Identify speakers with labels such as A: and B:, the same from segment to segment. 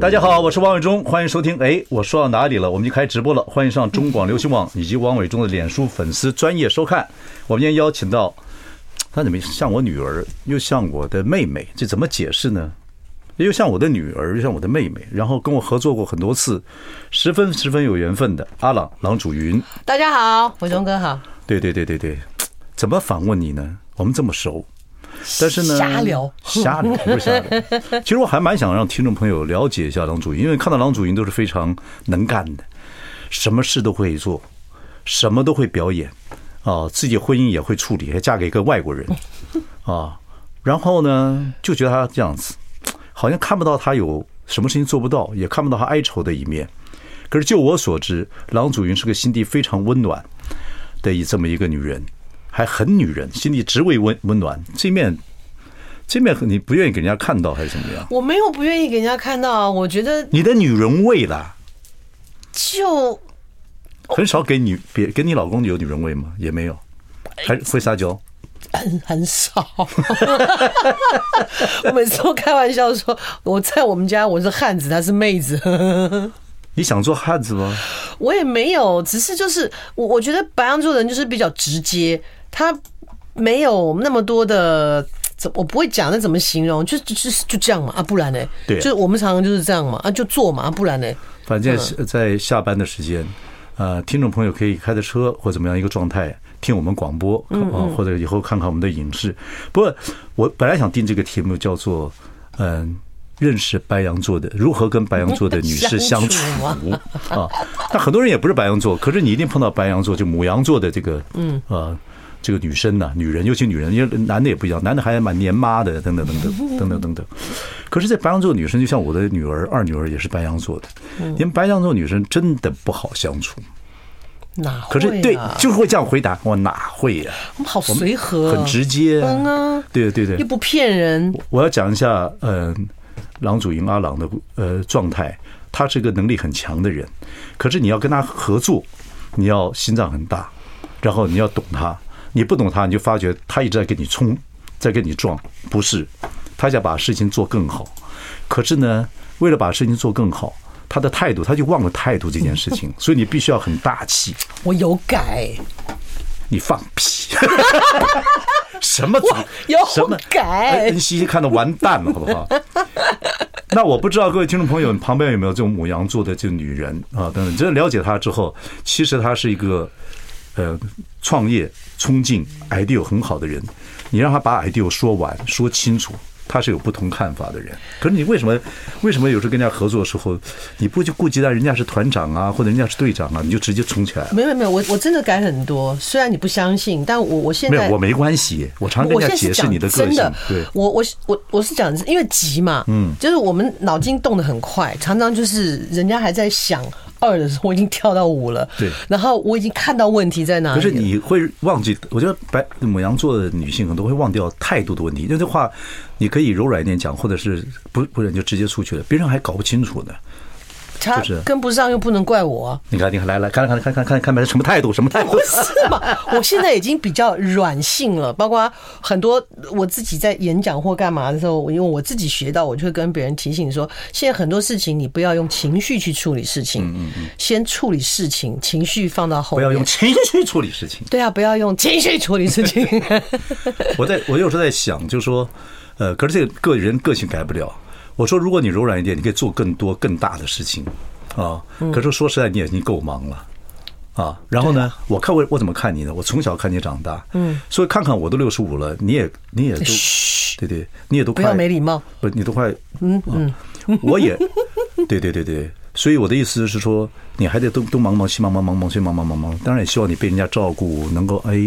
A: 大家好，我是王伟忠，欢迎收听。哎，我说到哪里了？我们已经开直播了，欢迎上中广流行网以及王伟忠的脸书粉丝专业收看。我们今天邀请到，他怎么像我女儿，又像我的妹妹？这怎么解释呢？又像我的女儿，又像我的妹妹，然后跟我合作过很多次，十分十分有缘分的阿朗郎祖云。
B: 大家好，伟忠哥好。
A: 对对对对对，怎么反问你呢？我们这么熟，但是呢，
B: 瞎聊
A: 瞎聊不是瞎聊。 其实我还蛮想让听众朋友了解一下郎祖云，因为看到郎祖云都是非常能干的，什么事都会做，什么都会表演，啊，自己婚姻也会处理，还嫁给一个外国人，啊，然后呢，就觉得他这样子，好像看不到他有什么事情做不到，也看不到他哀愁的一面。可是就我所知，郎祖云是个心地非常温暖的这么一个女人，还很女人，心地极为温温暖。这面，这面你不愿意给人家看到还是怎么样？
B: 我没有不愿意给人家看到啊，我觉得
A: 你的女人味啦，
B: 就
A: 很少给女别给你老公有女人味吗？也没有，还会撒娇。
B: 很很少。 我每次都开玩笑说，我在我们家我是汉子，她是妹子。
A: 你想做汉子吗？
B: 我也没有，只是就是我我觉得白羊座人就是比较直接，他没有那么多的。怎我不会讲，那怎么形容？就就就是就这样嘛啊，不然呢？
A: 对
B: 就是我们常常就是这样嘛啊，就做嘛啊，不然呢？
A: 反正
B: 嗯
A: 在下班的时间，呃，听众朋友可以开着车或怎么样一个状态听我们广播
B: 嗯
A: 啊，或者以后看看我们的影视。不过我本来想定这个题目叫做嗯。认识白羊座的，如何跟白羊座的女士相
B: 相
A: 处
B: 处
A: 啊？那很多人也不是白羊座，可是你一定碰到白羊座，就母羊座的这个，嗯，呃，这个女生呐、女人，尤其女人，因为男的也不一样，男的还蛮黏妈的，等等等等
B: 嗯
A: 等等等等。可是，在白羊座的女生，就像我的女儿、二女儿也是白羊座的，
B: 嗯
A: 你们白羊座女生真的不好相处。
B: 哪会、啊？
A: 可是对，就是会这样回答，我哪会呀、
B: 我们好随和、
A: 很直接、啊，
B: 嗯啊
A: 对对对
B: 又，不骗人。
A: 我要讲一下，呃，郎祖云阿郎的呃状态，他是个能力很强的人，可是你要跟他合作，你要心脏很大，然后你要懂他，你不懂他，你就发觉他一直在跟你冲，在跟你撞，不是，他想把事情做更好，可是呢，为了把事情做更好。他的态度，他就忘了态度这件事情，所以你必须要很大气，
B: 我有改，
A: 你放 屁，什么
B: 哇有
A: 什么哎
B: 改
A: n c 看的完蛋了，好不好？ 那我不知道各位听众朋友，你旁边有没有这种母羊座的这种女人啊？等等，你真的了解她之后，其实她是一个呃创业冲劲 idea 很好的人。你让她把 idea 说完说清楚，她是有不同看法的人。可是你为什么为什么有时候跟人家合作的时候，你不去顾及到人家是团长啊，或者人家是队长啊，你就直接冲起来？
B: 没有没有没有，我我真的改很多，虽然你不相信，但我我现
A: 没
B: 在
A: 有，我没关系，我常跟
B: 我
A: 人
B: 现
A: 家
B: 在
A: 解
B: 是
A: 释
B: 讲
A: 你的个
B: 真
A: 性
B: 的，，
A: 对。
B: 我我是我我是讲，因为急嘛，嗯，就是我们脑筋动得很快，常常就是人家还在想二的时候，我已经跳到五了，
A: 对
B: 然后我已经看到问题在哪里
A: 可
B: 了，
A: 是你会忘记，我觉得白母羊座的女性很多会忘掉态度的问题，因为这话你可以柔软一点讲，或者是不不然就直接出去了，别人还搞不清楚呢。
B: 他
A: 就是
B: 跟不上又不能怪我啊、
A: 你看，你看，来来，看看看看看看，看什么态度，什么态度？
B: 是嘛？ 我现在已经比较软性了，包括很多我自己在演讲或干嘛的时候，我因为我自己学到，我就会跟别人提醒说，现在很多事情你不要用情绪去处理事情，先处理事情，情绪放到
A: 嗯不
B: 后面。
A: 要用情绪处理事情。
B: 对啊，不要用情绪处理事 情。
A: 我在我有时候在想，就说，呃，可是这个个人个性改不了。我说，如果你柔软一点，你可以做更多更大的事情啊。可是说实在，你也已经够忙了。啊，然后呢？我看我我怎么看你呢？我从小看你长大，嗯，所以看看我都六十五了，你也你也都，对对，你也都
B: 不
A: 快
B: 要没礼貌，
A: 不，你都快，嗯嗯，我也，对对对对，所以我的意思是说，你还得东东忙忙西忙忙忙忙西忙忙忙忙，当然也希望你被人家照顾，能够哎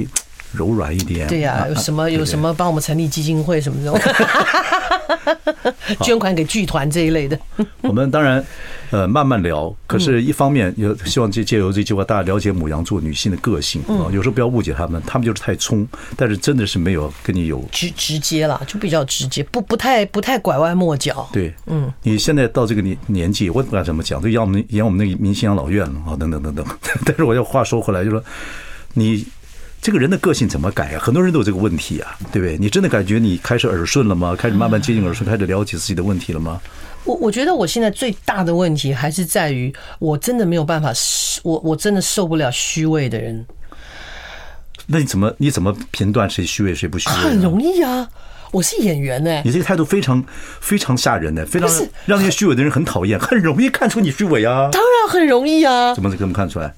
A: 柔软一点。
B: 对 呀、有什么有什
A: 么？
B: 么帮我们成立基金会什么 这种，捐款给剧团这一类的。
A: 我们当然呃慢慢聊，可
B: 嗯
A: 是一方面也希望借借由这句话，大家了解母羊座女性的个性
B: 嗯
A: 啊，有时候不要误解她们，她们就是太冲，但是真的是没有跟你有
B: 直直接啦，就比较直接，不不太不太拐弯抹角。
A: 对，嗯，你现在到这个年年纪，我也不敢怎么讲，就演我们演我们那个明星养老院了啊，等等等 等。但是我要话说回来，就说你这个人的个性怎么改啊？很多人都有这个问题啊，对不对？你真的感觉你开始耳顺了吗？开始慢慢接近耳顺，开始了解自己的问题了吗？
B: 我我觉得我现在最大的问题还是在于，我真的没有办法，我我真的受不了虚伪的人，
A: 那你怎么你怎么评断谁虚伪谁不虚伪
B: 很
A: 呢？
B: 容易啊。我是演员欸呢、
A: 你这个态度非常非常吓人的，非常
B: 不是
A: 让那些虚伪的人很讨厌，很容易看出你虚伪啊。
B: 当然很容易啊
A: 怎。么怎么看出来？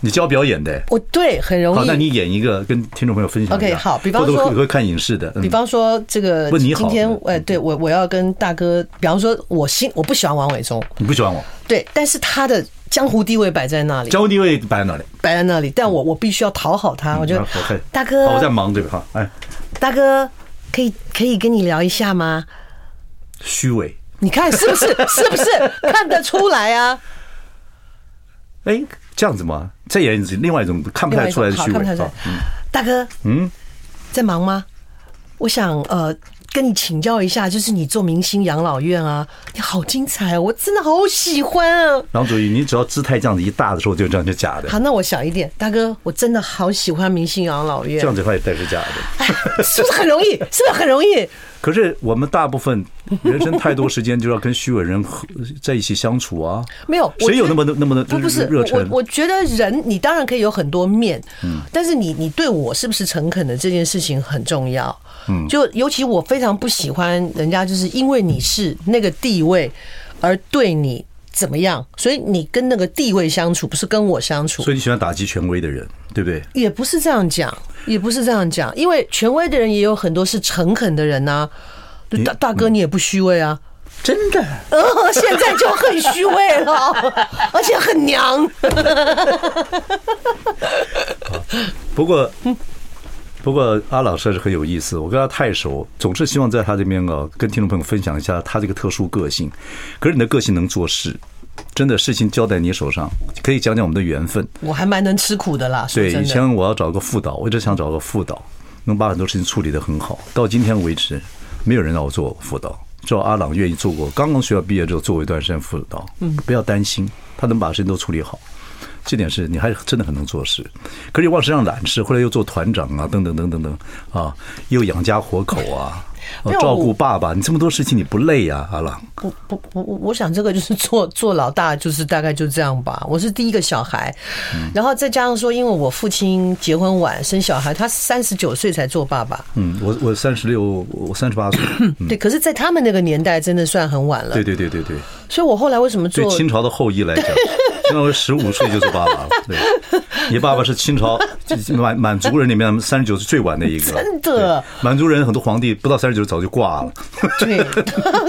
A: 你教表演的。
B: 我对很容
A: 好，那
B: 易。
A: 你演一个跟听众朋友分享一下。
B: OK，好比方
A: 或者
B: 说
A: 会会看影视的，嗯
B: 比方说这个，
A: 问你
B: 今
A: 好
B: 天哎，对我我要跟大哥，比方说我心我不喜欢王伟忠，
A: 你不喜欢我，
B: 对，但是他的江湖地位摆在那里，
A: 交地位摆在哪里？
B: 摆在那里，但我我必须要讨好他，我就
A: 啊，OK
B: 大哥，
A: 好我在忙这个哈，哎，
B: 大哥，可以可以跟你聊一下吗？
A: 虚伪，
B: 你看是 不是是不是看得出来啊？
A: 哎，这样子吗？再演一次另外一种看不
B: 另外
A: 太
B: 一
A: 出来
B: 种
A: 的
B: 好
A: 虚
B: 看不
A: 伪
B: 太出来
A: 啊。。
B: 大哥，嗯，在忙吗？我想呃跟你请教一下，就是你做明星养老院啊，你好精彩哦，我真的好喜欢啊。
A: 郎主义，你只要姿态这样子一大的时候，就这样就假的，
B: 好，那我小一点，大哥，我真的好喜欢明星养老院
A: 这，样子的话也才是假的。
B: 哎，是不是很容易？是不是很容易？
A: 可是我们大部分人生太多时间就要跟虚伪人和在一起相处啊，
B: 没有我
A: 谁有
B: 觉
A: 那
B: 得
A: 么那么的
B: 不不是
A: 热
B: 我
A: 忱嗯
B: 我？我觉得人你当然可以有很多面，但是你你对我是不是诚恳的这件事情很重要。嗯，就尤其我非常不喜欢人家就是因为你是那个地位而对你怎么样，所以你跟那个地位相处，不是跟我相处
A: 所。以你喜欢打击权威的人，对不对？
B: 也不是这样讲，也不是这样讲，因为权威的人也有很多是诚恳的人呐、就大大
A: 嗯
B: 哥，你也不虚伪啊，
A: 真的，
B: 呃，现在就很虚伪了， 而且很娘。
A: 不过，不过阿老师还是很有意思，我跟他太熟，总是希望在他这边啊，跟听众朋友分享一下他这个特殊个性。可是你的个性能做事，真的事情交在你手上，可以讲讲我们的缘分。
B: 我还蛮能吃苦的啦，说
A: 对，
B: 真
A: 以
B: 的。
A: 前我要找个副导，我一直想找个副导，能把很多事情处理得很好。到今天为止，没有人让我做副导，只有阿朗愿意做过。刚刚学校毕业之后，做过一段时间副导，嗯，不要担心，他能把事情都处理好。这点是你还真的很能做事，可是你往身上揽事，后来又做团长啊，等等等等等啊，又养家活口 啊，
B: 没
A: 啊
B: 有
A: 照
B: 我
A: 顾爸爸，你这么多事情你不累呀、阿朗？
B: 不不不，我我想这个就是做做老大，就是大概就这样吧。我是第一个小孩，
A: 嗯
B: 然后再加上说，因为我父亲结婚晚生小孩，他三十九岁才做爸爸，
A: 嗯，我我三十六，我三十 八岁，
B: 对。可是，在他们那个年代，真的算很晚了
A: 嗯对。对对对对。
B: 所以我后来为什么
A: 对
B: 做？
A: 清朝的后裔来 讲，清朝十五岁就做爸爸了。对，你爸爸是清朝满满族人里面三十九岁最晚的一个。
B: 真的
A: 对，满族人很多皇帝不到三十九早就挂了。
B: 对，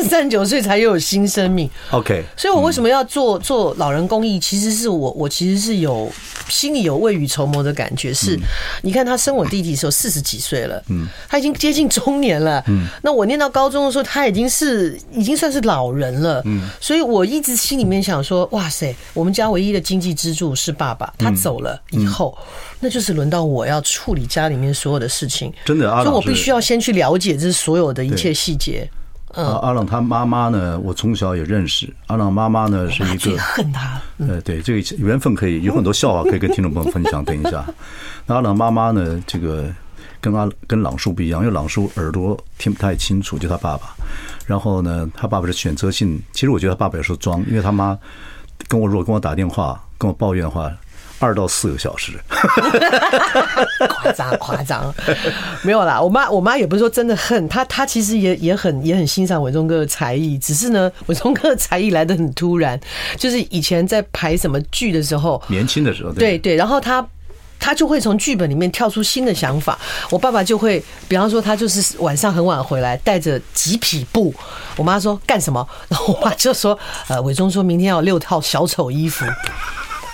B: 三十九岁才有新生命。
A: OK，
B: 所以我为
A: 嗯
B: 什么要做做老人公益？其实是我我其实是有心里有未雨绸缪的感觉。
A: 嗯
B: 是，你看他生我弟弟的时候四十几岁了，嗯，他已经接近中年了，嗯，那我念到高中的时候，他已经是已经算是老人了，嗯，所以我一直心里面想说，哇塞，我们家唯一的经济支柱是爸爸，
A: 嗯
B: 他走了以后，那就是轮到我要处理家里面所有的事情，
A: 真的阿
B: 所以我
A: 老师
B: 必须要先去了解这所有的一切细节。嗯
A: 啊阿朗他妈妈呢，我从小也认识。阿朗妈妈呢是一
B: 最
A: 个。
B: 恨他，
A: 呃，对，这个缘分可以有很多笑话可以跟听众朋友分享。等一下，那阿朗妈妈呢？这个跟阿跟朗叔不一样，因为朗叔耳朵听不太清楚，就他爸爸。然后呢，他爸爸是选择性，其实我觉得他爸爸有时候装，因为他妈跟我如果跟我打电话跟我抱怨的话，二到四个小时。
B: 夸张夸张， 没有啦。我妈我妈也不是说真的恨她，她其实也也很也很欣赏伟忠哥的才艺，只是呢，伟忠哥的才艺来的很突然，就是以前在排什么剧的时候，
A: 年轻的时候，
B: 对对，然后他。他就会从剧本里面跳出新的想法。我爸爸就会，比方说，他就是晚上很晚回来，带着几匹布。我妈说干什么？然后我爸就说，呃，伟忠说明天要有六套小丑衣服。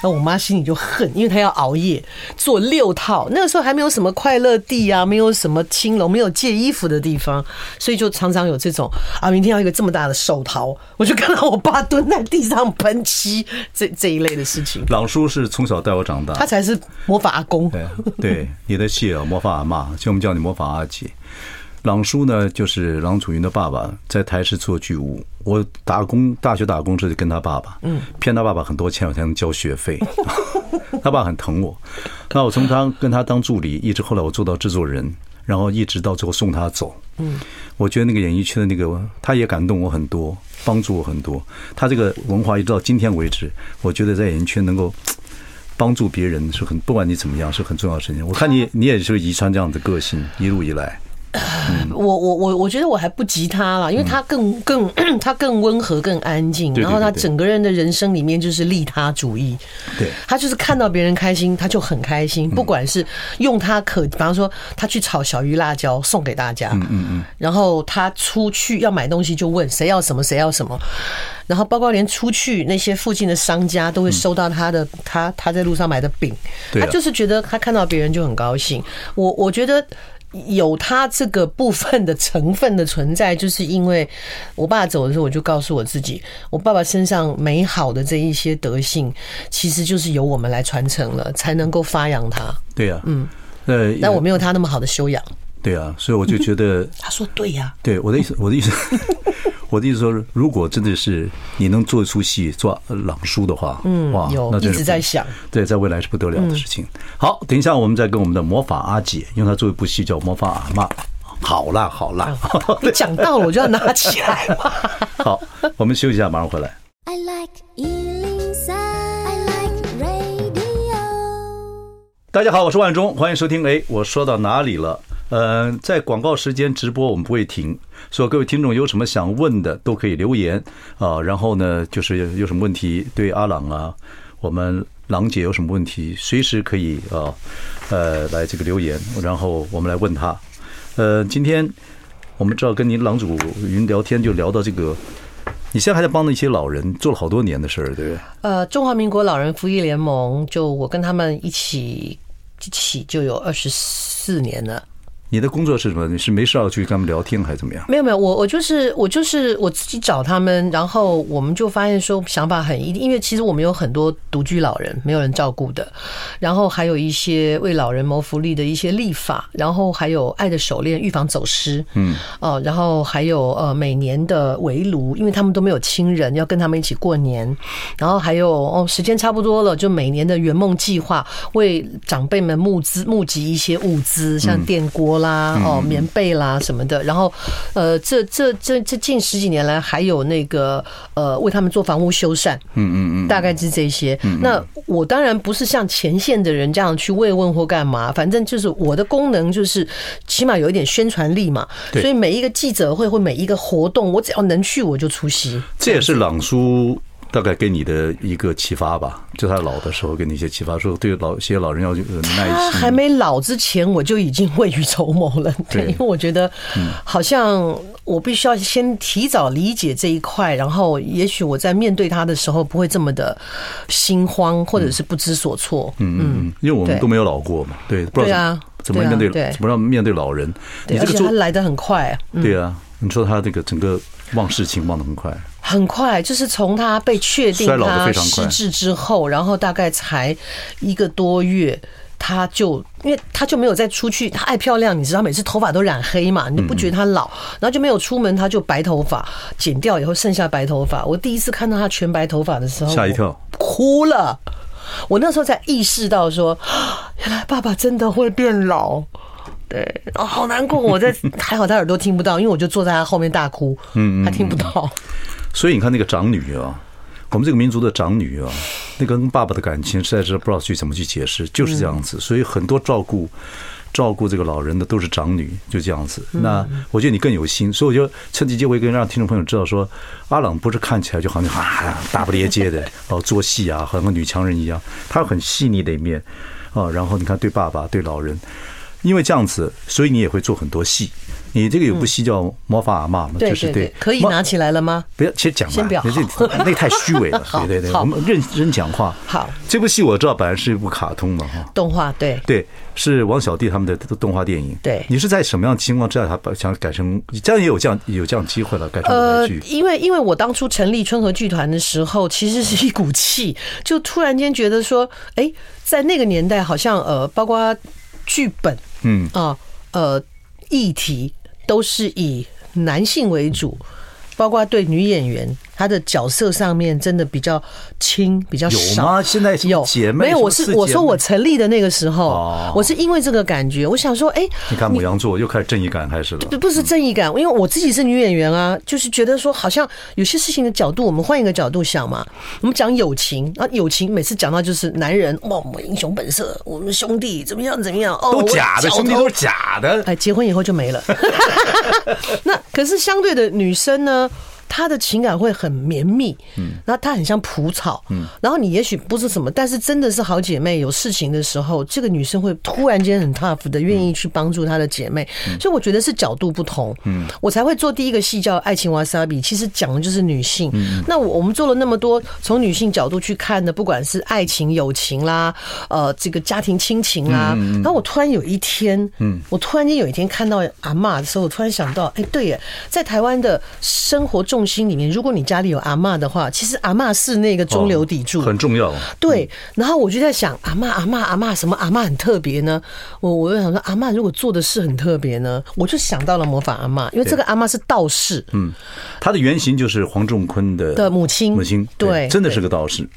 B: 那我妈心里就恨，因为她要熬夜做六套，那个时候还没有什么快乐地啊，没有什么青龙，没有借衣服的地方，所以就常常有这种啊，明天要一个这么大的手桃，我就看到我爸蹲在地上喷漆这这一类的事情。
A: 朗叔是从小带我长大，
B: 他才是魔法阿公，
A: 对啊对，你的戏啊，魔法阿妈，所以我们叫你魔法阿姐。朗叔呢，就是郎祖云的爸爸，在台视做剧务。我打工，大学打工是跟他爸爸，嗯，骗他爸爸很多钱，我才能交学 费。他爸很疼我，那我从他跟他当助理，一直后来我做到制作人，然后一直到最后送他走。嗯，我觉得那个演艺圈的那个，他也感动我很多，帮助我很多。他这个文化一直到今天为止，我觉得在演艺圈能够。帮助别人是很，不管你怎么样，是很重要的事情。我看你，你也是遗传这样的个性，一路以来。
B: 我我我我觉得我还不及他啦，因为他更更 他更温和、更安
A: 嗯
B: 静，
A: 对对对
B: 然后他整个人的人生里面就是利他主义，
A: 对
B: 他就是看到别人开心他就很开心，
A: 嗯
B: 不管是用他可，比方说他去炒小鱼辣椒送给大家，嗯嗯嗯，然后他出去要买东西就问谁要什么谁要什么，然后包括连出去那些附近的商家都会收到他的他他在路上买的饼，
A: 嗯对啊
B: 他就是觉得他看到别人就很高兴。我我觉得。有他这个部分的成分的存在，就是因为我爸走的时候，我就告诉我自己，我爸爸身上美好的这一些德性，其实就是由我们来传承了，才能够发扬它。
A: 对呀、嗯，呃，
B: 但我没有他那么好的修养。
A: 对啊，所以我就觉得，
B: 他说对呀、
A: 对我的意思，我的意思， 我的意思说，如果真的是你能做一出戏，做朗书的话，嗯哇，
B: 有
A: 那真是
B: 一直在想，嗯
A: 对，在未来是不得了的事情。好，等一下我们再跟我们的魔法阿姐，因为她做一部戏叫《魔法阿妈》，好啦 好啦，
B: 哦你讲到了我就要拿起来嘛。
A: 好，我们休息一下，马上回来。
C: I like Ealing Sound. I like radio.
A: 大家好，我是万忠，欢迎收听。哎，我说到哪里了？呃，在广告时间直播我们不会停，所以各位听众有什么想问的都可以留言啊。然后呢，就是有什么问题对阿朗啊，我们朗姐有什么问题，随时可以啊，呃，来这个留言，然后我们来问他。呃，今天我们知道跟您郎主云聊天就聊到这个，你现在还在帮那些老人做了好多年的事儿，对不对？
B: 呃，中华民国老人福利联盟，就我跟他们一起一起就有二十四年了。
A: 你的工作是什么？你是没事要去跟他们聊天还是怎么样？
B: 没有没有，我我就是我就是我自己找他们，然后我们就发现说想法很一，因为其实我们有很多独居老人没有人照顾的，然后还有一些为老人谋福利的一些立法，然后还有爱的手链预防走失，嗯，哦、然后还有呃每年的围炉，因为他们都没有亲人，要跟他们一起过年，然后还有哦时间差不多了，就每年的圆梦计划为长辈们募资募集一些物资，像电锅啦、哦棉被啦什么的，然后呃这这这这近十几年来还有那个呃为他们做房屋修缮，嗯嗯嗯，嗯大概是这些。那我当然不是像前线的人这样去慰问或干嘛，反正就是我的功能就是起码有一点宣传力嘛，
A: 对
B: 所以每一个记者会或每一个活动，我只要能去我就出席。
A: 这也是朗叔大概给你的一个启发吧，就他老的时候给你一些启发，说对老些老人要有呃
B: 他
A: 耐心。
B: 还没老之前，我就已经未雨绸缪了。对，
A: 对嗯
B: 因为我觉得好像我必须要先提早理解这一块，然后也许我在面对他的时候不会这么的心慌，或者是不知所措。嗯，
A: 嗯，因为我们
B: 对
A: 都没有老过嘛，对，不知
B: 对
A: 道
B: 啊
A: 怎么
B: 对啊
A: 面
B: 对
A: 对，怎么让面对老人？
B: 对，
A: 你
B: 而
A: 这个
B: 且
A: 做
B: 他来的很快，
A: 对啊，你说他这个整个忘事情忘得很快，
B: 很快，就是从他被确定
A: 衰老得
B: 他
A: 非常
B: 失
A: 快
B: 智之后，然后大概才一个多月。他就因为他就没有再出去，他爱漂亮，你知道，每次头发都染黑嘛，你就不觉得他老，然后就没有出门，他就白头发，剪掉以后剩下白头发。我第一次看到他全白头发的时候，
A: 吓一跳，
B: 哭了。我那时候才意识到说， 啊原来爸爸真的会变老。对，哦，好难过。我在 还好他耳朵听不到，因为我就坐在他后面大哭，嗯，他听不到。
A: 所以你看那个长女啊，我们这个民族的长女啊，那跟爸爸的感情实在是不知道去怎么去解释，就是这
B: 嗯
A: 样子。所以很多照顾照顾这个老人的都是长女，就这样子。
B: 嗯
A: 那我觉得你更有心，所以我就趁机机会跟让听众朋友知道说，阿朗不是看起来就好像啊大不列颠的 哦做戏啊，好像个女强人一样，她有很细腻的一面啊。然后你看对爸爸对老人。因为这样子，所以你也会做很多戏。你这个有部戏叫《魔法阿嬷》嘛，
B: 嗯对
A: 就是
B: 对对，可以拿起来了吗？
A: 不要，先讲吧，
B: 先不要。
A: 那这那太虚伪了
B: 好
A: 对对对，
B: 好
A: 我们认真讲话。
B: 好，
A: 这部戏我知道本来是一部卡通嘛，哈，
B: 动画对，
A: 对，是王小弟他们的动画电影。
B: 对
A: 你是在什么样的情况之下，他把想改成这样也有这样有这样机会了，改成舞台剧？
B: 呃因为因为我当初成立春和剧团的时候，其实是一股气，就突然间觉得说，哎、在那个年代，好像呃，包括剧本，
A: 嗯
B: 啊，呃，议题都是以男性为主。包括对女演员，她的角色上面真的比较轻，比较
A: 有
B: 少。
A: 吗现在什么
B: 有
A: 姐妹
B: 没有？
A: 什么
B: 我
A: 四
B: 是
A: 姐
B: 我说
A: 妹
B: 我成立的那个时候，
A: 哦
B: 我是因为这个感觉，我想说，哎、
A: 你看母羊座又开始正义感开始了。
B: 不不是正义感，因为我自己是女演员啊，就是觉得说好像有些事情的角度，我们换一个角度想嘛。我们讲友情啊，友情每次讲到就是男人哇，我们英雄本色，我们兄弟怎么样怎么样哦，
A: 都假的，
B: 我脚
A: 兄弟
B: 头
A: 都是假的。
B: 哎，结婚以后就 没了。那可是相对的女生呢，她的情感会很绵密，嗯，然后她很像蒲草，嗯，然后你也许不是什么，但是真的是好姐妹，有事情的时候，这个女生会突然间很 tough 的愿意去帮助她的姐妹，所以我觉得是角度不同，嗯，我才会做第一个戏叫《爱情瓦萨比》，其实讲的就是女性。那我我们做了那么多从女性角度去看的，不管是爱情、友情啦，呃，这个家庭亲情啦，然后我突然有一天，嗯，我突然间有一天看到阿嬷的时候，我突然想到，哎，对耶，在台湾的生活重心里面，如果你家里有阿嬷的话，其实阿嬷是那个中流砥柱，
A: 哦很重要。
B: 对，然后我就在想，阿嬷阿嬷阿嬷什么阿嬷很特别呢？我我就想说，阿嬷如果做的事很特别呢，我就想到了魔法阿嬷，因为这个阿嬷是道士，嗯，
A: 他的原型就是黄仲坤的
B: 的母亲
A: 母亲
B: 对
A: 真的是个道士。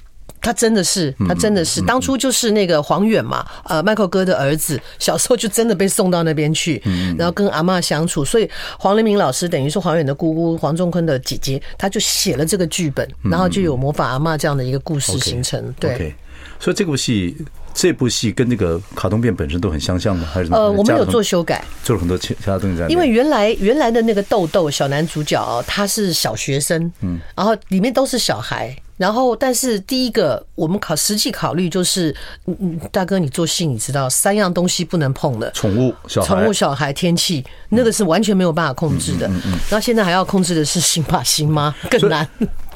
B: 她真的是，她真的是，当初就是那个黄远嘛，呃，麦克哥的儿子，小时候就真的被送到那边去，然后跟阿嬷相处，所以黄黎明老师等于是黄远的姑姑，黄仲坤的姐姐，她就写了这个剧本，然后就有魔法阿嬷这样的一个故事形成，对。
A: OK，所以这部戏，这部戏跟那个卡通片本身都很相像吗？还是
B: 呃，我们
A: 加了
B: 有
A: 很
B: 做修改，
A: 做了很多其其他东西在里面？
B: 因为原来原来的那个豆豆小男主角、哦，他是小学生，嗯，然后里面都是小孩。然后，但是第一个，我们考实际考虑就是，嗯嗯，大哥，你做戏你知道三样东西不能碰的，
A: 宠物小孩嗯
B: 宠物小孩、天气，那个是完全没有办法控制的。然后现在还要控制的是新爸新妈，更难。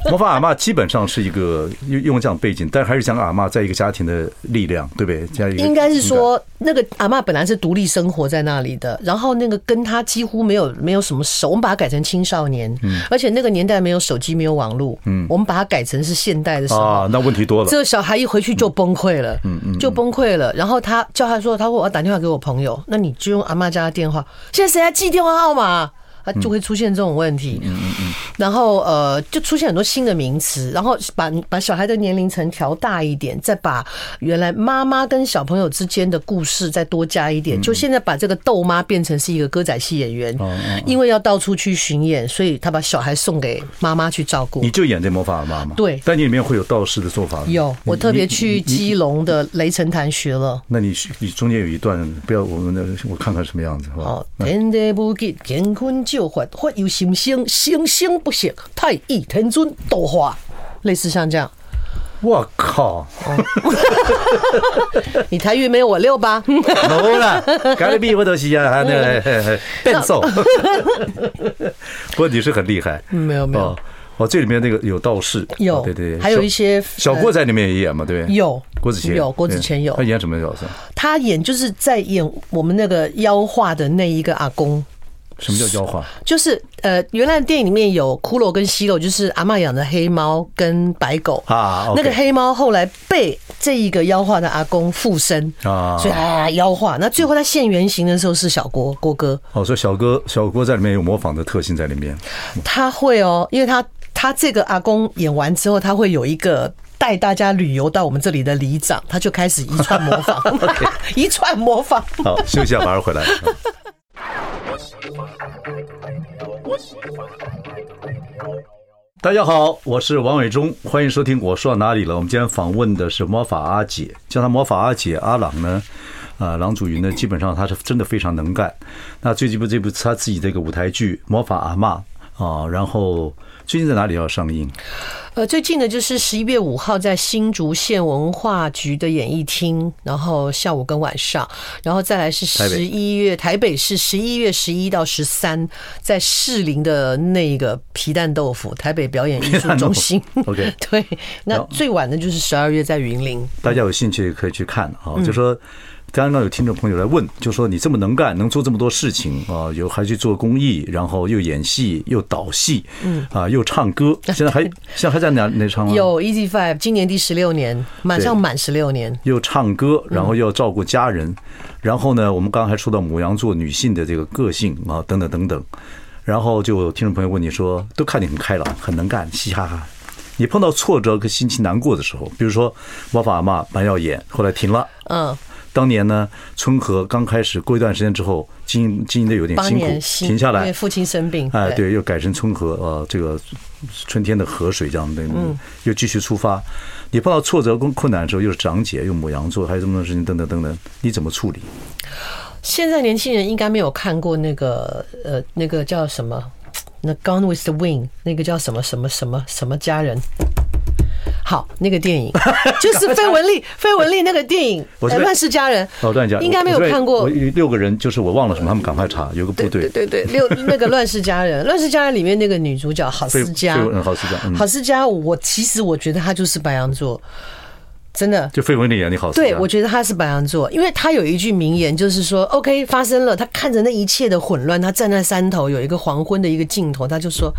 A: 魔法阿嬷基本上是一个用用这样背景，但还是讲阿嬷在一个家庭的力量，对不对？加一个
B: 应该是说，那个阿嬷本来是独立生活在那里的，然后那个跟她几乎没有没有什么熟，我们把它改成青少年，
A: 嗯
B: 而且那个年代没有手机，没有网络，嗯，我们把它改成是现代的时候。
A: 啊，那问题多了
B: 这。个小孩一回去就崩溃了，嗯嗯，就崩溃了。然后他叫他说，他说我要打电话给我朋友，那你就用阿嬷家的电话。现在谁还记电话号码？啊，就会出现这种问题。嗯嗯嗯。然后呃，就出现很多新的名词，然后把把小孩的年龄层调大一点，再把原来妈妈跟小朋友之间的故事再多加一点。就现在把这个豆妈变成是一个歌仔戏演员，因为要到处去巡演，所以他把小孩送给妈妈去照顾
A: 你。就演这魔法阿嬷吗？
B: 对
A: 但你里面会有道士的做法吗。
B: 有，我
A: 你
B: 特
A: 嗯
B: 别
A: 你
B: 去
A: 你
B: 基隆的雷城潭学了。
A: 那你你中间有一段，不要我们的，我看看什么样子，好吧
B: 哦？，天地不吉，乾坤就法，法由心生，生生不息，太乙天尊，道化。类似像这样，
A: 我靠
B: 你台语没有我溜 吧？
A: ，no 啦，咖喱币我都西啊，还那变 瘦。不过你是很厉害，
B: 没有嗯没有
A: 哦。哦，这里面那个有道士，
B: 有
A: 哦对对，对
B: 还有
A: 小
B: 一些呃
A: 小郭在里面也演嘛，对不对？
B: 有
A: 郭子乾
B: 有郭子乾有
A: 他演什么角色？
B: 他演就是在演我们那个妖化的那一个阿公，
A: 什么叫妖化？
B: 就是呃，原来电影里面有骷髅跟西肉，就是阿嬷养的黑猫跟白狗
A: 啊，OK
B: 那个黑猫后来被这一个妖化的阿公附身
A: 啊
B: 所以啊妖化。那最后他现原形的时候是小郭郭哥，
A: 哦，所以小哥小郭在里面有模仿的特性在里面，
B: 他会哦，因为他他这个阿公演完之后，他会有一个。带大家旅游到我们这里的里长，他就开始一串模 仿， 一串模仿。
A: 好，休息一下，马上回来。大家好，我是王伟忠，欢迎收听。我说到哪里了？我们今天访问的是魔法阿姐，叫她魔法阿姐阿朗呢，呃，郎祖云呢，基本上她是真的非常能干。那最近不这部她自己这个舞台剧《魔法阿嬷》啊，然后最近在哪里要上映？
B: 呃，最近的就是十一月五号在新竹县文化局的演艺厅，然后下午跟晚上，然后再来是
A: 台
B: 十
A: 北
B: 一月台北市十一月十一到十三，在士林的那个皮蛋豆腐台北表演艺术 中心。
A: OK
B: 对，那
A: 然后
B: 最晚的就是十二月在云林。
A: 大家有兴趣可以去看啊。就说刚刚有听众朋友来问，就说你这么能干，能做这么多事情啊，有还去做公益，然后又演戏，又导戏，嗯啊，又唱歌，现在还现在还在哪啊哪唱吗？
B: 有 Easy Five，今年第十六年，马上
A: 嗯对
B: 满十六年。
A: 又唱歌，然后又要照顾家人，然后呢，我们刚才说到母羊座女性的这个个性啊，等等等等，然后就有听众朋友问你说，都看你很开朗，很能干，嘻嘻哈哈。你碰到挫折跟心情难过的时候，比如说《魔法阿妈》蛮耀眼，后来停了。
B: 嗯，
A: 当年呢，春和刚开始过一段时间之后，经营经营的有点
B: 八
A: 辛苦
B: 年，
A: 停下
B: 因为
A: 来。
B: 父亲生病。
A: 哎，，对，又改成春和呃，这个春天的河水这样的，
B: 嗯
A: 又继续出发。你碰到挫折跟困难的时候，又是长姐，又母羊座，还有这么多事情，等等等等，你怎么处理？
B: 现在年轻人应该没有看过那个呃，那个叫什么？那《Gone with the Wind》那个叫什么什么什么什么家人？好，那个电 影就是费雯丽，费雯丽那个电影
A: 我
B: 《
A: 是
B: 呃乱世佳人》，
A: 哦，我跟你讲，
B: 应该没有
A: 我我
B: 看过
A: 我。六个人，就是我忘了什么，他们赶快查，有个部队
B: 对，对对， 六那个《乱世佳人》，《 乱世佳人》里面那个女主角郝思嘉，
A: 费费嗯郝思嘉嗯
B: 郝思嘉，我其实我觉得她就是白羊座，真的，
A: 就费雯丽演的好，
B: 对，我觉得他是白羊座，因为他有一句名言，就是说，OK，发生了，他看着那一切的混乱，他站在山头，有一个黄昏的一个镜头，他就说：“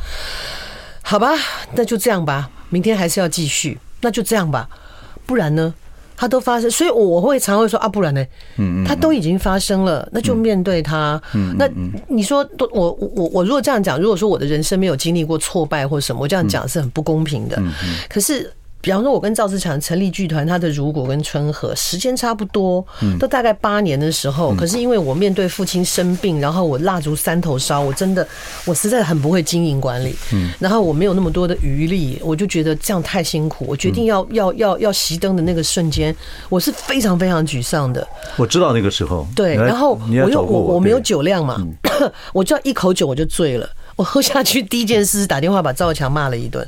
B: 好吧，那就这样吧，明天还是要继续，那就这样吧，不然呢？”它都发生，所以我会常会说啊，不然呢？嗯，它都已经发生了，那就面对它。嗯，那你说，都我我我我如果这样讲，如果说我的人生没有经历过挫败或什么，我这样讲是很不公平的。可是。比方说，我跟赵志强成立剧团，他的如果跟春和时间差不多，
A: 嗯
B: 都大概八年的时候。可是因为我面对父亲生病，然后我蜡烛三头烧，我真的我实在很不会经营管理，
A: 嗯
B: 然后我没有那么多的余力，我就觉得这样太辛苦。我决定要
A: 嗯
B: 要要要熄灯的那个瞬间，我是非常非常沮丧的。
A: 我知道那个时候，
B: 对，
A: 你来
B: 然后
A: 你
B: 我
A: 也
B: 又
A: 找过
B: 我我没有
A: 对嗯
B: 酒量嘛， 我就要一口酒我就醉了。我喝下去第一件事是打电话把赵强骂了一顿，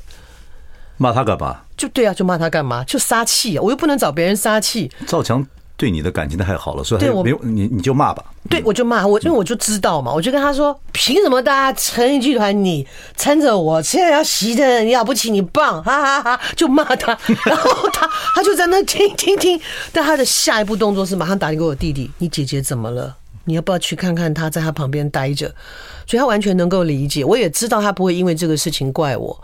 A: 骂他干嘛？
B: 就对啊，就骂他干嘛？就撒气、啊，我又不能找别人撒气，
A: 赵强对你的感情太好了，所以
B: 对
A: 他就
B: 我
A: 没有你你就骂吧，
B: 对，我就骂我，因为我就知道嘛，我就跟他说，凭什么大家成立剧团你撑着我，现在要席的人了不起，你棒，哈哈哈就骂他， 然后他他就在那听听听，但他的下一步动作是马上打电话给我弟弟，你姐姐怎么了？你要不要去看看他在他旁边待着？所以他完全能够理解，我也知道他不会因为这个事情怪我。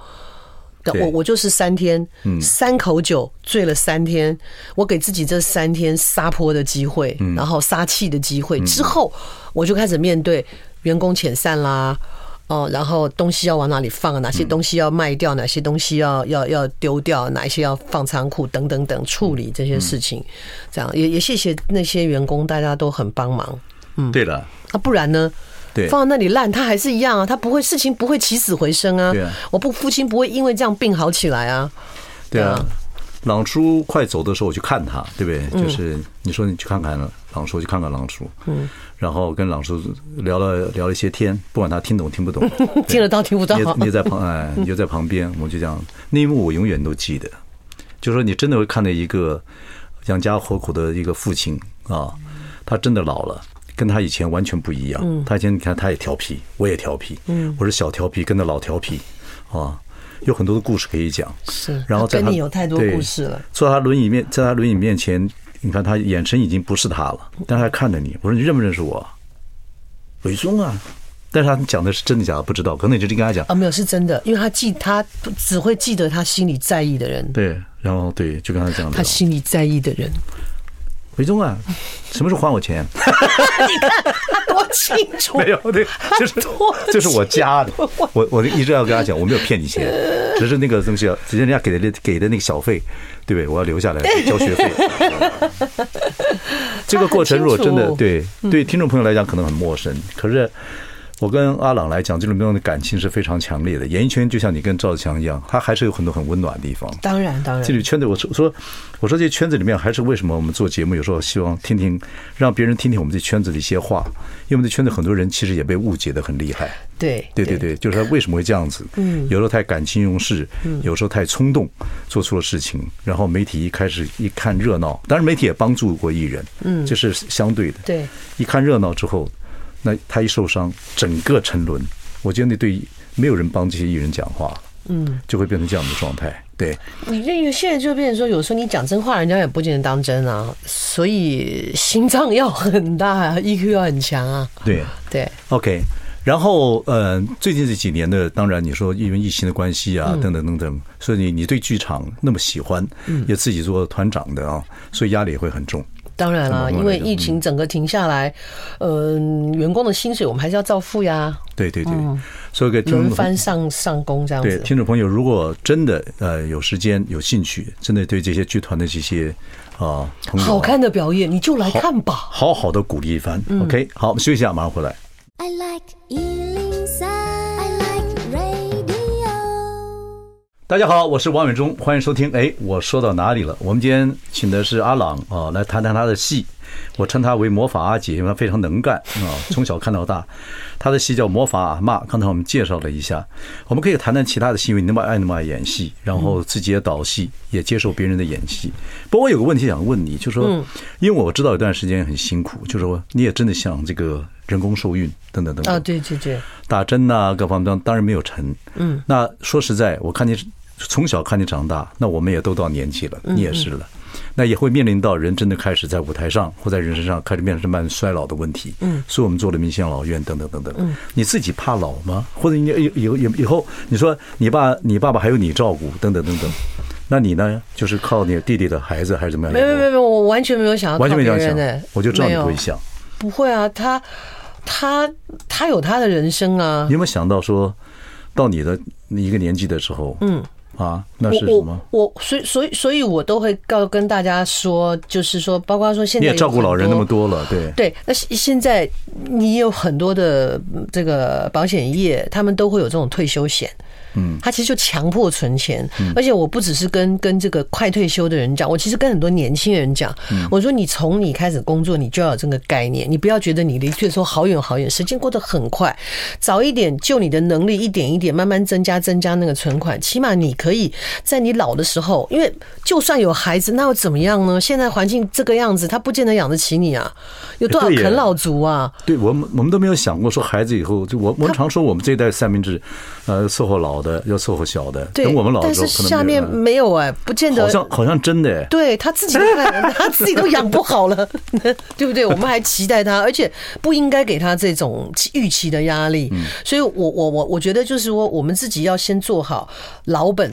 B: 但
A: 对
B: 我我就是三天，三口酒醉了三天，我给自己这三天撒泼的机会，然后撒气的机会之后，我就开始面对员工遣散啦，哦，然后东西要往哪里放，哪些东西要卖掉，哪些东西要要要丢掉，哪一些要放仓库等等等处理这些事情，这样也也谢谢那些员工，大家都很帮忙。
A: 对了。
B: 啊，不然呢？
A: 对
B: 放在那里烂，它还是一样啊，它不会事情不会起死回生啊。
A: 对啊
B: 我不父亲不会因为这样病好起来啊。
A: 对啊
B: 对啊，
A: 朗叔快走的时候我去看他，对不对？
B: 嗯
A: 就是你说你去看看朗叔，我去看看朗叔，嗯，然后跟朗叔聊了聊了一些天，不管他听懂听不懂，
B: 听得到听不到
A: 你，也你 也在旁，哎，你就在旁边，我就讲那一幕我永远都记得，就说你真的会看到一个养家活口的一个父亲啊，他真的老了。跟他以前完全不一
B: 嗯
A: 样，他以前你看他也调皮，我也调皮，我是小调皮跟着老调皮，啊，有很多的故事可以讲。
B: 是
A: 然后在
B: 跟
A: 他
B: 你有太多
A: 对
B: 故事了。
A: 坐在他轮椅面，在他轮椅面前，你看他眼神已经不是他了，但是还看着你。我说你认不认识我？伟忠啊，但是他讲的是真的假的不知道，可能你就跟他讲
B: 啊，没有是真的，因为他记他只会记得他心里在意的人，
A: 对，然后对，就跟他讲
B: 他
A: 的，
B: 心里在意的人，
A: 伟忠啊，什么时候还我钱？
B: 他多清楚。
A: 没有，对，就是
B: 多
A: 这是我家 的，我我一直要跟他讲，我没有骗你钱，
B: 呃
A: 只是那个东西，啊只是人家给的给的那个小费，对不对？我要留下来交学 费。这个过程如果真
B: 他
A: 的
B: 很清楚嗯
A: 对对听众朋友来讲可能很陌生，可是我跟阿朗来讲，这种的感情是非常强烈的。演艺圈就像你跟赵志强一样，他还是有很多很温暖的地方。
B: 当然当
A: 这
B: 然，
A: 里圈子，我说我说我说这圈子里面还是为什么我们做节目有时候希望听听，让别人听听我们这圈子的一些话，因为我们这圈子很多人其实也被误解的很厉害。
B: 对
A: 对对对，就是他为什么会这样子？嗯，有时候太感情用事，有时候太冲动，做错了事情，然后媒体一开始一看热闹，当然媒体也帮助过艺人，嗯，这是相对的。
B: 对，
A: 一看热闹之后，那他一受伤，整个沉沦。我觉得那对没有人帮这些艺人讲话，嗯，就会变成这样的状态。对，
B: 你因为现在就变成说，有时候你讲真话，人家也不见得当真啊，所以心脏要很大，EQ 要很强啊。
A: 对。
B: 对，
A: OK，然后呃，最近这几年的，当然你说因为疫情的关系啊，等等等等，所以你你对剧场那么喜欢，也自己做团长的啊，所以压力也会很重。
B: 当然啦，
A: 怎么嗯
B: 因
A: 会
B: 为
A: 呢
B: 疫情整个停下来，嗯、员工的薪水我们还是要照付呀，
A: 对对对，所以给听众
B: 轮番上上工这
A: 嗯
B: 样
A: 对
B: 子。
A: 听众朋友，如果真的呃有时间有兴趣，真的对这些剧团的这些啊、朋友啊
B: 好看的表演，你就来看吧。
A: 好好的鼓励一番。OK，好，我们休息一下，马上回来。
C: I like Ealing Sound. I like radio.
A: 大家好，我是王伟忠，欢迎收听。哎，我说到哪里了？我们今天请的是阿朗啊、来谈谈他的戏。我称他为魔法阿姐，因为她非常能干啊、从小看到大。 他的戏叫《魔法阿妈》，刚才我们介绍了一下。我们可以谈谈其他的戏，因为你那么爱那么爱演戏，然后自己也导戏，也接受别人的演戏。不过我有个问题想问你，就说，因为我知道有段时间很辛苦，就说你也真的想这个人工受孕等等等等
B: 啊，对对对，
A: 打针呐、各方面当当然没有成。嗯，那说实在，我看你从小看你长大，那我们也都到年纪了，你也是了，那也会面临到人真的开始在舞台上或在人身上开始面临慢慢衰老的问题。嗯，所以我们做了明星养老院等等等等。嗯，你自己怕老吗？或者你以以以以后你说你爸你爸爸还有你照顾等等等等，那你呢？就是靠你弟弟的孩子还是怎么样？
B: 没有没有没有没有，我完全没有想要
A: 完全没
B: 靠
A: 这
B: 别人
A: 样
B: 欸
A: 想，我就知道你
B: 没有
A: 不会想。
B: 不会啊，他他他有他的人生啊
A: 你。有没有想到说，到你的一个年纪的时候，嗯，啊，那是什么
B: 我？我我，所以所以所以，我都会告跟大家说，就是说，包括说现
A: 你
B: 在
A: 也照顾老人那么
B: 多。
A: 多了，对，
B: 对，那现现在你有很多的嗯这个保险业，他们都会有这种退休险。嗯，他其实就强迫存钱，
A: 嗯
B: 而且我不只是跟跟这个快退休的人讲，我其实跟很多年轻人讲，
A: 嗯
B: 我说你从你开始工作，你就要有这个概念，你不要觉得你离退休好远好远，时间过得很快，早一点就你的能力一点一点慢慢增加增加那个存款，起码你可以在你老的时候，因为就算有孩子，那又怎么样呢？现在环境这个样子，他不见得养得起你啊，有多少
A: 哎对耶
B: 啃老族啊？
A: 对我们我们都没有想过说孩子以后就我我们常说我们这一代三明治，呃，伺候老的要伺候小的，
B: 对，
A: 等我们老了
B: 但
A: 之后
B: 是
A: 可能
B: 下
A: 没有
B: 面
A: 人
B: 没有哎、不见
A: 好
B: 得。
A: 像好像真的哎，
B: 对他自己都看他自己都养不好了， 对不对？我们还期待他，而且不应该给他这种预期的压力。所以我，我我我觉得就是说，我们自己要先做好老本。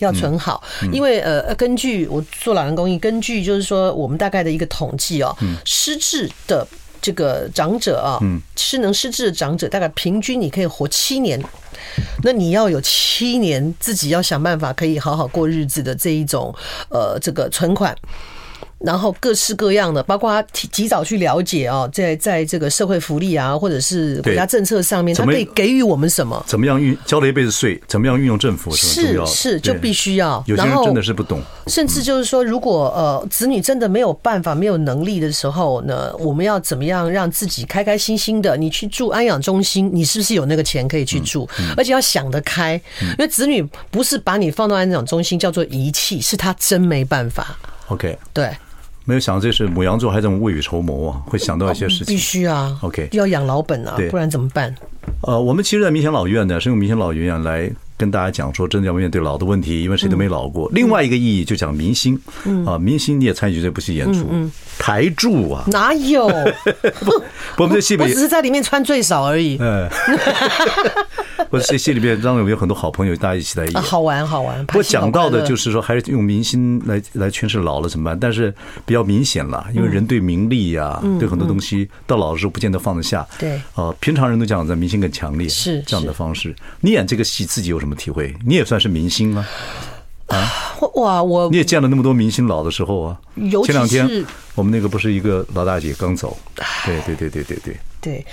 B: 要存好，因为呃，根据我做老人公益，根据就是说我们大概的一个统计哦，失智的这个长者啊，
A: 嗯
B: 失能失智的长者，大概平均你可以活七年，那你要有七年自己要想办法可以好好过日子的这一种呃这个存款。然后各式各样的，包括提及早去了解哦，在在这个社会福利啊，或者是国家
A: 对
B: 政策上面，它
A: 怎么
B: 可以给予我们什么？
A: 怎么样运交了一辈子税，怎么样运用政府是很重
B: 是
A: 要的，
B: 是，
A: 对
B: 就必。须要。
A: 有些
B: 然
A: 人
B: 后
A: 真的是不懂，
B: 甚至就是说，如果呃子女真的没有办法、没有能力的时候呢，我们要怎么样让自己开开心心的？你去住安养中心，你是不是有那个钱可以去住？
A: 嗯
B: 而且要想得开，因为子女不是把你放到安养中心叫做遗弃，是他真没办法。
A: OK，
B: 对，
A: 没有想到这是母羊座还这么未雨绸缪啊，会想到一些事
B: 必
A: 情。
B: 须啊
A: OK
B: 要养老本啊
A: 对，
B: 不然怎么办？
A: 呃，我们其实，在民间老院呢，是用民间老院来跟大家讲说，真的要面对老的问题，因为谁都没老
B: 嗯
A: 过。另外一个意义就讲明星，啊，明星你也参与这部戏演出，
B: 嗯
A: 台柱啊，
B: 哪有？
A: 不我们这戏里
B: 我只
A: 面，
B: 是在里面穿最少而已。
A: 嗯 不是这戏里面，当然有很多好朋友，大家一起来演
B: 啊，。 好玩好玩。
A: 不过讲到的就是是说，还是用明星来来诠释老了怎么办？但是比较明显了，
B: 嗯
A: 因为人对名利呀、对很多东西到老的时候不见得放得下。
B: 对
A: 呃，平常人都讲在明星更强烈，
B: 是
A: 这样的
B: 是
A: 方式。你演这个戏自己有什么体会？你也算是明星啊。
B: 哇，我
A: 你也见了那么多明星老的时候啊，
B: 尤其
A: 前两天
B: 是
A: 我们那个不是一个老大姐刚走，对对对对对对，
B: 对，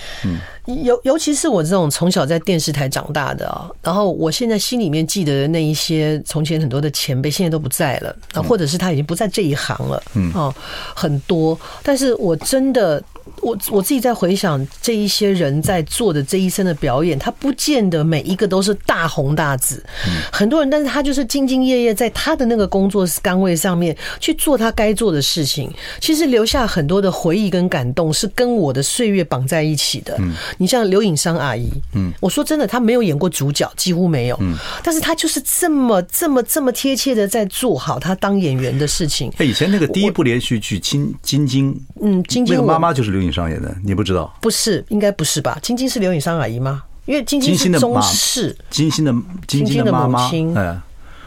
B: 尤尤其是我这种从小在电视台长大的啊，然后我现在心里面记得的那一些从前很多的前辈，现在都不在了，啊，或者是他已经不在这一行了，嗯，哦，很多，但是我真的。我我自己在回想这一些人在做的这一生的表演，他不见得每一个都是大红大紫，
A: 嗯
B: 很多人，但是他就是兢兢业业在他的那个工作岗位上面去做他该做的事情，其实留下很多的回忆跟感动，是跟我的岁月绑在一起的。
A: 嗯
B: 你像刘颖商阿姨，嗯，我说真的，她没有演过主角，几乎没有，
A: 嗯
B: 但是她就是这么这么这么贴切的在做好她当演员的事情。
A: 哎，以前那个第一部连续剧《金金晶》，
B: 嗯金晶
A: 那个
B: 我
A: 妈妈就是刘颖商演的，你不知道？
B: 不是，应该不是吧？晶晶是刘颖商阿姨吗？因为晶晶
A: 金星
B: 是
A: 的妈
B: 中式，
A: 金星的金晶
B: 晶的
A: 妈妈
B: 母亲，
A: 哎，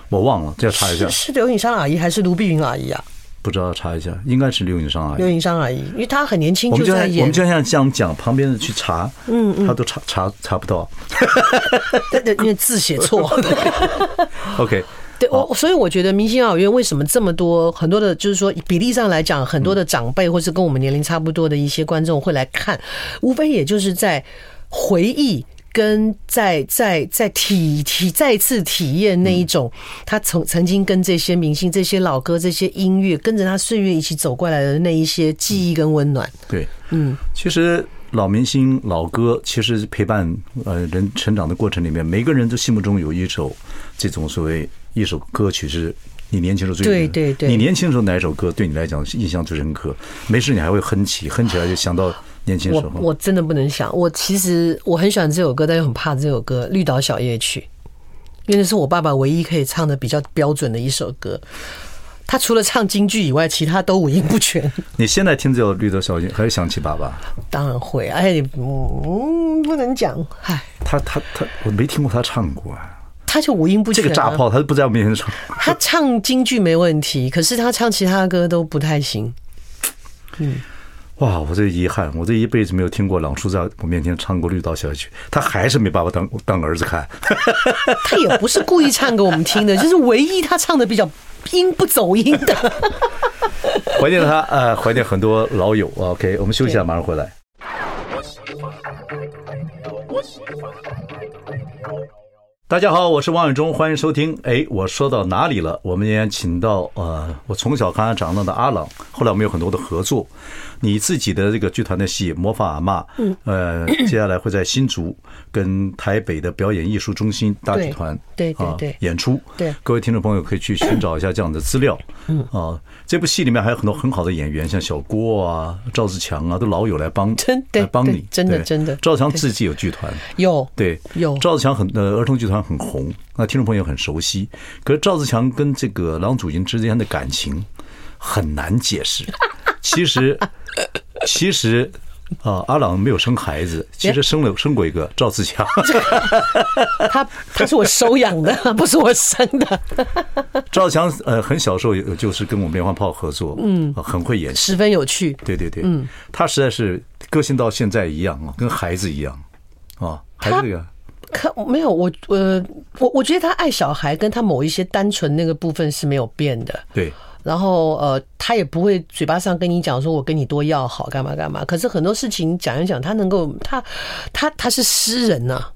A: 我忘了，这要查一下
B: 是，是刘颖商阿姨还是卢碧云阿姨啊？
A: 不知道要查一下，应该是刘颖商阿
B: 刘
A: 姨。
B: 颖商阿姨，因为她很年轻
A: 我
B: 就
A: 们就
B: 在
A: 像我
B: 演
A: 们，就像这样讲，旁边的去查，嗯嗯，他都查查查不到。
B: 对对，因为字写错。
A: OK，
B: 对，我所以我觉得明星养老院为什么这么多很多的，就是说比例上来讲，很多的长辈或是跟我们年龄差不多的一些观众会来看，无非也就是在回忆。跟在在在体体再次体验那一种，他曾曾经跟这些明星、这些老歌、这些音乐，跟着他岁月一起走过来的那一些记忆跟温暖。
A: 对，嗯，其实老明星、老歌，其实陪伴呃人成长的过程里面，每个人都心目中有一首这种所谓一首歌曲是。你年轻时候最
B: 对对对
A: 你年轻时候哪一首歌对你来讲是印象最深刻？没事，你还会哼起，哼起来就想到年轻时
B: 我
A: 候。
B: 我真的不能想，我其实我很喜欢这首歌，但又很怕这首歌《绿岛小夜曲》，因为那是我爸爸唯一可以唱的比较标准的一首歌。他除了唱京剧以外，其他都五音不全。
A: 你现在听这首《绿豆小姐》，还是想起爸爸？
B: 当然会，哎，你嗯，不能讲，唉，
A: 他他他，我没听过他唱过啊。
B: 他就五音不
A: 这
B: 全、
A: 个
B: 啊。
A: 炸炮，他都不在我面前唱。
B: 他唱京剧没问题，可是他唱其他歌都不太行。
A: 哇，我这遗憾，我这一辈子没有听过朗叔在我面前唱过《绿岛小夜曲》，他还是没把我当当儿子看。
B: 他也不是故意唱给我们听的，就是 唯一他唱的比较音不走音的。
A: 怀念他，呃，怀念很多老友。OK，我们休息一下，马上回来。大家好，我是王永忠，欢迎收听。哎，我说到哪里了？我们也请到呃，我从小看他长大的阿朗，后来我们有很多的合作。你自己的这个剧团的戏《魔法阿嬷》，
B: 嗯
A: 呃，接下来会在新竹跟台北的表演艺术中心大剧团
B: 对对
A: 啊
B: 对对
A: 演出。
B: 对
A: 各位听众朋友可以去寻找一下这样的资料。嗯啊，这部戏里面还有很多很好的演员，像小郭啊、赵自强啊，都老友来帮，
B: 真对
A: 来帮
B: 对
A: 你，
B: 真的
A: 对
B: 真的
A: 赵自强自己有剧团，
B: 有
A: 对，
B: 有
A: 赵自强很呃，儿童剧团很红，那听众朋友很熟悉。可是赵自强跟这个郎祖筠之间的感情很难解 释。其实，其实啊、阿朗没有生孩子，其实生了生过一个赵自强。
B: 他他是我收养的， 不是我生的，
A: 赵自强呃，很小时候有就是跟我们连环炮合作，嗯，很会演戏。
B: 十分有趣。
A: 对对对，嗯，他实在是个性到现在一样啊，跟孩子一样啊，孩子一样。
B: 可没有我，呃，我我觉得他爱小孩跟他某一些单纯那个部分是没有变的。
A: 对，
B: 然后呃，他也不会嘴巴上跟你讲说我跟你多要好干嘛干嘛，可是很多事情讲一讲，他能够他他他是诗人呐、啊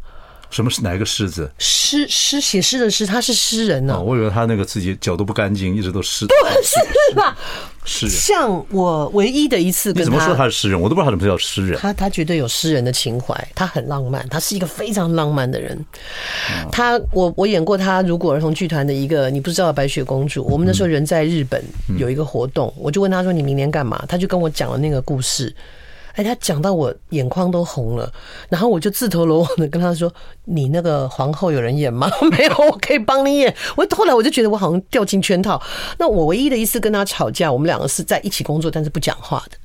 A: 什么是哪一个狮子？
B: 诗诗写诗的诗，他是诗人呐、
A: 啊，我以为他那个自己脚都不干净，一直都湿。
B: 是吧？
A: 诗人。
B: 像我唯一的一次
A: 你
B: 跟
A: 怎么说他是诗人？我都不知道他怎么叫诗人。
B: 他他绝对有诗人的情怀，他很浪漫，他是一个非常浪漫的人。
A: 嗯
B: 他我我演过他如果儿童剧团的一个你不知道的白雪公主，我们那时候
A: 嗯
B: 人在日本有一个活动，我就问他说你明年干嘛？他就跟我讲了那个故事。哎，他讲到我眼眶都红了，然后我就自投罗网的跟他说：“你那个皇后有人演吗？” 没有，我可以帮你演。我后来我就觉得我好像掉进圈套。那我唯一的一次跟他吵架，我们两个是在一起工作，但是不讲话的。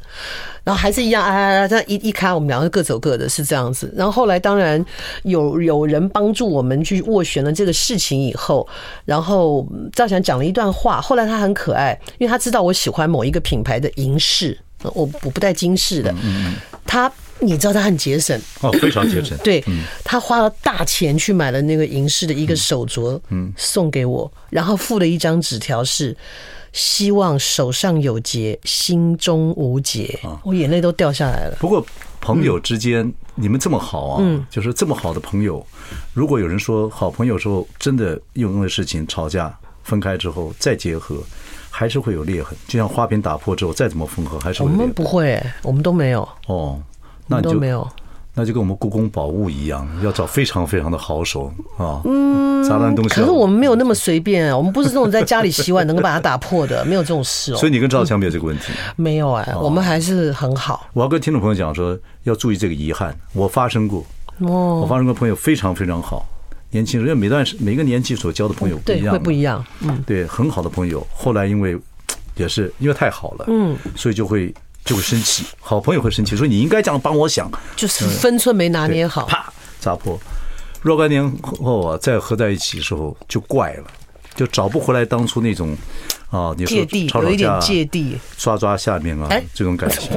B: 然后还是一样，哎哎哎，这样一一开，我们两个各走各的，是这样子。然后后来当然有有人帮助我们去斡旋了这个事情以后，然后嗯赵翔讲了一段话。后来他很可爱，因为他知道我喜欢某一个品牌的银饰，呃我我不戴金饰的，他你知道他很节省，
A: 哦，非常节省。
B: 对、他花了大钱去买了那个银饰的一个手镯，嗯，送给我，然后附了一张纸条是。希望手上有结，心中无结。
A: 啊
B: 我眼泪都掉下来了。
A: 不过朋友之间，你们这么好啊，
B: 嗯
A: 就是这么好的朋友，如果有人说好朋友时候真的因为事情吵架分开之后再结合，还是会有裂痕。就像花瓶打破之后再怎么缝合，还是
B: 我
A: 会有裂痕。
B: 们不会、我们都没有，
A: 哦，
B: 我
A: 那
B: 们
A: 你
B: 都
A: 就
B: 没有。
A: 那就跟我们故宫宝物一样，要找非常非常的好手啊，砸烂东西。
B: 嗯可是我们没有那么随便啊，我们不是那种在家里洗碗能够把它打破的，没 有这种事哦。
A: 所以你跟哦赵强没有这个问题。
B: 没有哎、我们还是很好
A: 我要跟听众朋友讲说，要注意这个遗憾，我发生过，我
B: 哦。
A: 发生过朋友非常非常好，年轻人，因为每段时每个年纪所交的朋友不
B: 对
A: 一，样，
B: 会不一
A: 样，
B: 样。嗯，
A: 对，很好的朋友，后来因为也是因为太好了，嗯，所以就会就会生气，好朋友会生气，说你应该这样帮我想，
B: 就是分寸没拿
A: 对
B: 捏啊好。
A: 啪砸破。若干年后啊，再合在一起的时候就怪了，就找不回来当初那种啊，你说
B: 芥蒂
A: 吵吵
B: 有一点
A: 架啊
B: 芥蒂
A: 抓抓下面啊
B: 哎，
A: 这种感情。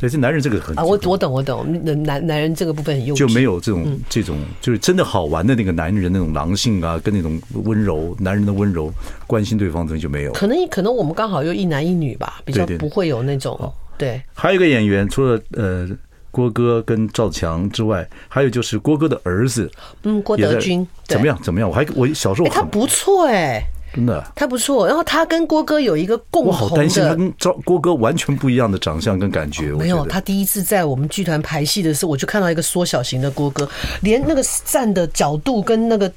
A: 所以这男人这个很
B: 啊，我嗯我懂我懂，男男男人这个部分很幼稚，
A: 就没有这种这种就是真的好玩的那个男人那种狼性啊，跟那种温柔男人的温柔关心对方的东西就没有。
B: 可能可能我们刚好又一男一女吧，比较
A: 对对哦
B: 不会有那种对
A: 还有一个演员，除了呃郭哥跟赵强之外，还有就是郭哥的儿子
B: 嗯郭
A: 也在
B: 德军对
A: 怎么？样？怎么样？我还我小时候
B: 哎，他
A: 很
B: 不错哎，
A: 真的。
B: 他不错。然后他跟郭哥有一个共
A: 我好
B: 同
A: 担心他
B: 的。
A: 跟赵郭哥完全不一样的长相跟感觉。我
B: 没
A: 觉
B: 有，
A: 得
B: 他第一次在我们剧团排戏的时候，我就看到一个缩小型的郭哥，连那个站的角度跟那个，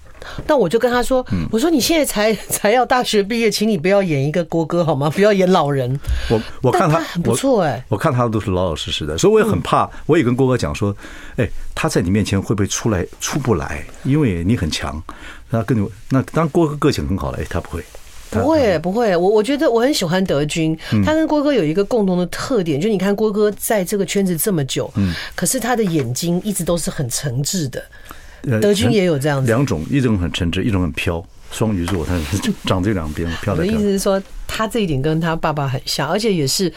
B: 那我就跟他说，
A: 嗯
B: 我说你现在才才要大学毕业，请你不要演一个郭哥好吗？不要演老人。
A: 我我看
B: 但
A: 他
B: 很不错嗯哎、
A: 我，我看他都是老老实实的，所以我也很怕。我也跟郭哥讲说，哎，他在你面前会不会出来出不来？因为你很强，那跟你那当然郭哥个性很好了，哎，他不会。
B: 不会不会，我我觉得我很喜欢德军，他跟郭哥有一个共同的特点，就你看郭哥在这个圈子这么久，可是他的眼睛一直都是很诚挚的。
A: 呃
B: 德军也有这样子
A: 两种，一种很诚挚，一种很飘。双鱼座，他长这两边飘
B: 我
A: 来
B: 的意
A: 飘
B: 思
A: 去。
B: 是说，他这一点跟他爸爸很像，而且也是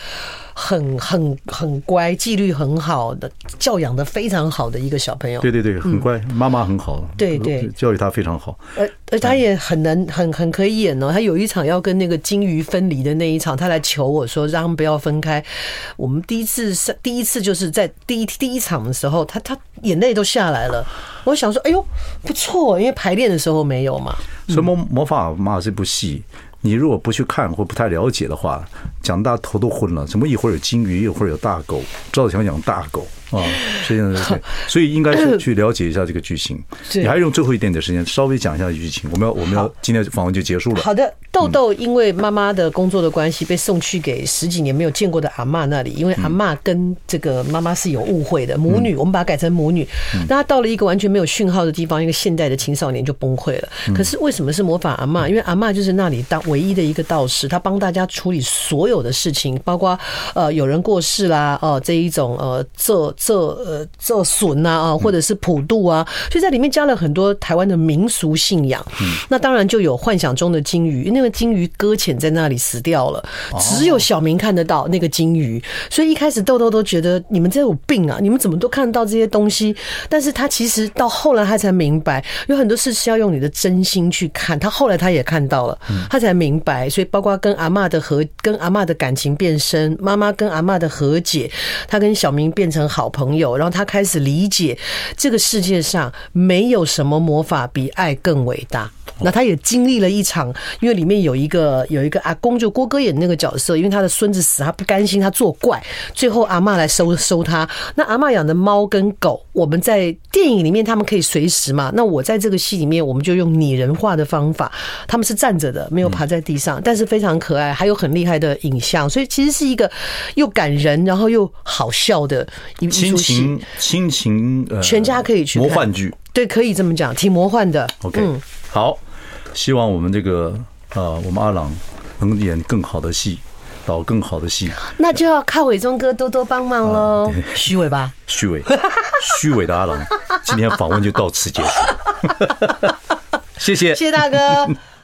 B: 很很很乖、纪律很好的、教养的非常好的一个小朋友。
A: 对对对，很乖，妈妈很好，
B: 嗯对对
A: 教育他非常好。
B: 而而呃他也很能很很可以演哦。他有一场要跟那个金鱼分离的那一场，他来求我说让他们不要分开。我们第一次是第一次就是在第一第一场的时候，他他眼泪都下来了。我想说，哎呦不错，因为排练的时候没有嘛。
A: 所以《魔魔法阿妈》这部戏，你如果不去看或不太了解的话，讲大头都昏了。什么一会儿有金鱼，一会儿有大狗，赵小强养大狗啊，这样的对所以应该是去了解一下这个剧情。
B: 对
A: 你还用最后一点点时间稍微讲一下剧情。我们要我们要今天访问就结束了。
B: 好的，豆豆因为妈妈的工作的关系，被送去给十几年没有见过的阿嬷那里，因为阿嬷跟这个妈妈是有误会的，母女，我们把它改成母女。那她到了一个完全没有讯号的地方，一个现代的青少年就崩溃了。可是为什么是模仿阿嬷？因为阿嬷就是那里当唯一的一个道士，她帮大家处理所有的事情，包括呃有人过世啦，哦、这一种呃这这呃这笋呐啊，或者是普渡啊，所以在里面加了很多台湾的民俗信仰。那当然就有幻想中的金鱼，那个金鱼搁浅在那里死掉了，只有小明看得到那个金鱼。所以一开始豆豆都觉得你们这有病啊，你们怎么都看得到这些东西？但是他其实到后来他才明白，有很多事是要用你的真心去看。他后来他也看到了，他才明白。所以包括跟阿嬷的和跟阿嬷的感情变深，妈妈跟阿嬷的和解，他跟小明变成好朋友，然后他开始理解这个世界上没有什么魔法比爱更伟大。
A: 哦
B: 那他也经历了一场，因为里面有一个有一个阿公，就郭哥演那个角色，因为他的孙子死，他不甘心，他作怪，最后阿嬷来收收他。那阿嬷养的猫跟狗，我们在电影里面他们可以随时嘛，那我在这个戏里面，我们就用拟人化的方法，他们是站着的，没有爬在地上，但是非常可爱，还有很厉害的影像，所以其实是一个又感人，然后又好笑的一一
A: 亲
B: 出戏。
A: 情亲情，呃，
B: 全家可以去
A: 魔
B: 看
A: 幻剧。
B: 对，可以这么讲，挺魔幻的。嗯
A: OK，、好，希望我们这个呃，我们阿朗能演更好的戏，导更好的戏。
B: 那就要靠伟忠哥多多帮忙喽，虚伪吧。
A: 虚伪，虚伪的阿 郎，今天访问就到此结束，谢谢，
B: 谢谢大哥。